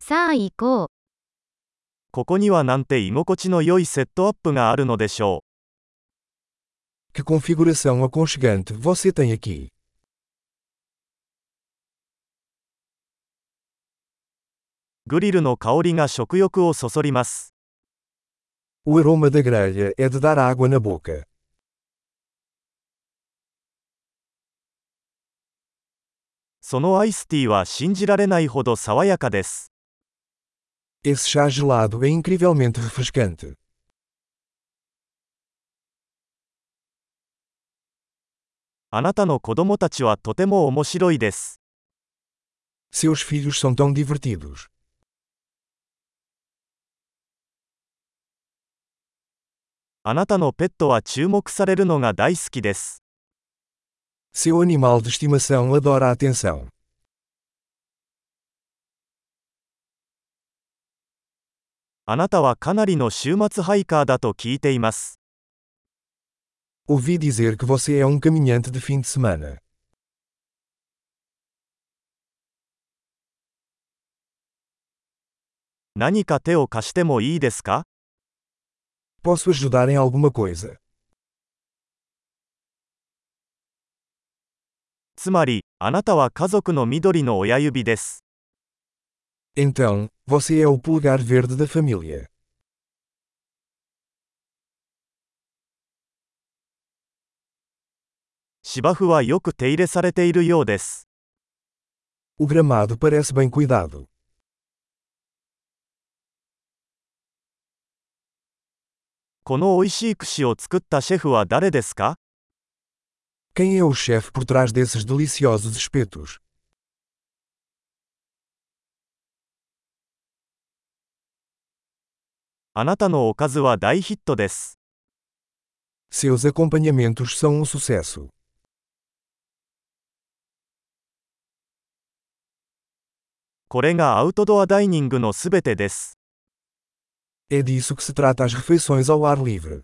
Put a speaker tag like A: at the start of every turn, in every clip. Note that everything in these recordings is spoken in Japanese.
A: さあ行こう。
B: ここにはなんて居心地の良いセットアップがあるのでしょう。
C: Que configuração aconchegante você tem aqui.
B: グリルの香りが食欲をそそります。
C: O aroma da grelha é de dar água na boca.
B: そのアイスティーは信じられないほど爽やかです。
C: Esse chá gelado é incrivelmente refrescante.
B: あなたの子供たちはとても面白いです。
C: Seus filhos são tão divertidos.
B: あなたのペットは注目されるのが大好きです。
C: Seu animal de estimação adora a atenção.
B: あなたはかなりの週末ハイカーだと聞いています。
C: Ouvi dizer que você é um caminhante de fim de semana.
B: 何か手を貸してもいいですか
C: Posso ajudar em alguma coisa?
B: つまり、あなたは家族の緑の親指です。
C: Então, você é o polegar verde da família.
B: 芝生はよく手入れされているようです。
C: O gramado parece bem cuidado.
B: この美味しい串を作ったシェフは誰ですか
C: Quem é o chefe por trás desses deliciosos espetos?
B: あなたのおかずは大ヒットです。
C: Seus acompanhamentos são um sucesso.
B: これがアウトドアダイニングのすべてです。
C: É disso que se trata as refeições ao ar livre.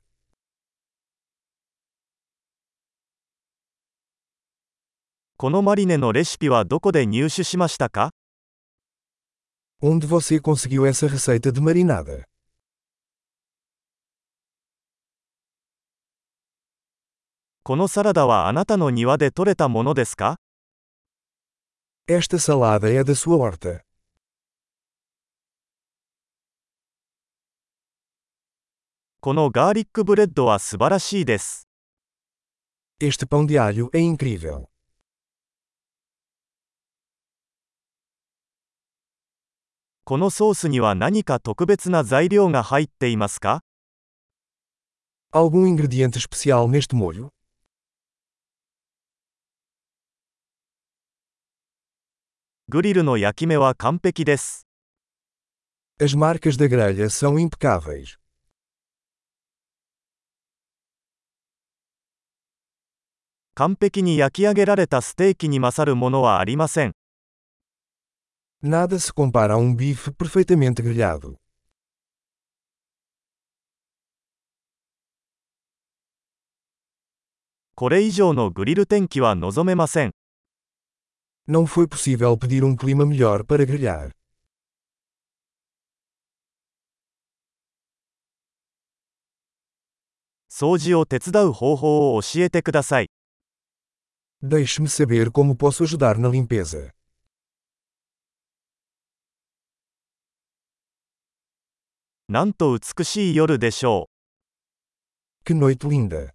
B: このマリネのレシピはどこで入手しましたか
C: Onde você conseguiu essa receita de marinada?
B: このサラダはあなたの庭で採れたものですか
C: Esta salada é da sua horta.
B: このガーリックブレッドは素晴らしいです。
C: Este pão de alho é incrível.
B: このソースには何か特別な材料が入っていますか
C: Algum ingrediente especial neste molho?
B: グリルの焼き目は完璧です。
C: As marcas da grelha são impecáveis.
B: 完璧に焼き上げられたステーキに勝るものはありません。
C: Nada se compara a um bife perfeitamente grelhado.
B: これ以上のグリル天気は望めません。
C: Não foi possível pedir um clima melhor para grelhar.
B: 掃除を手伝う方法を教えてください。
C: Deixe-me saber como posso ajudar na limpeza.
B: なんと美しい夜でしょう。
C: Que noite linda!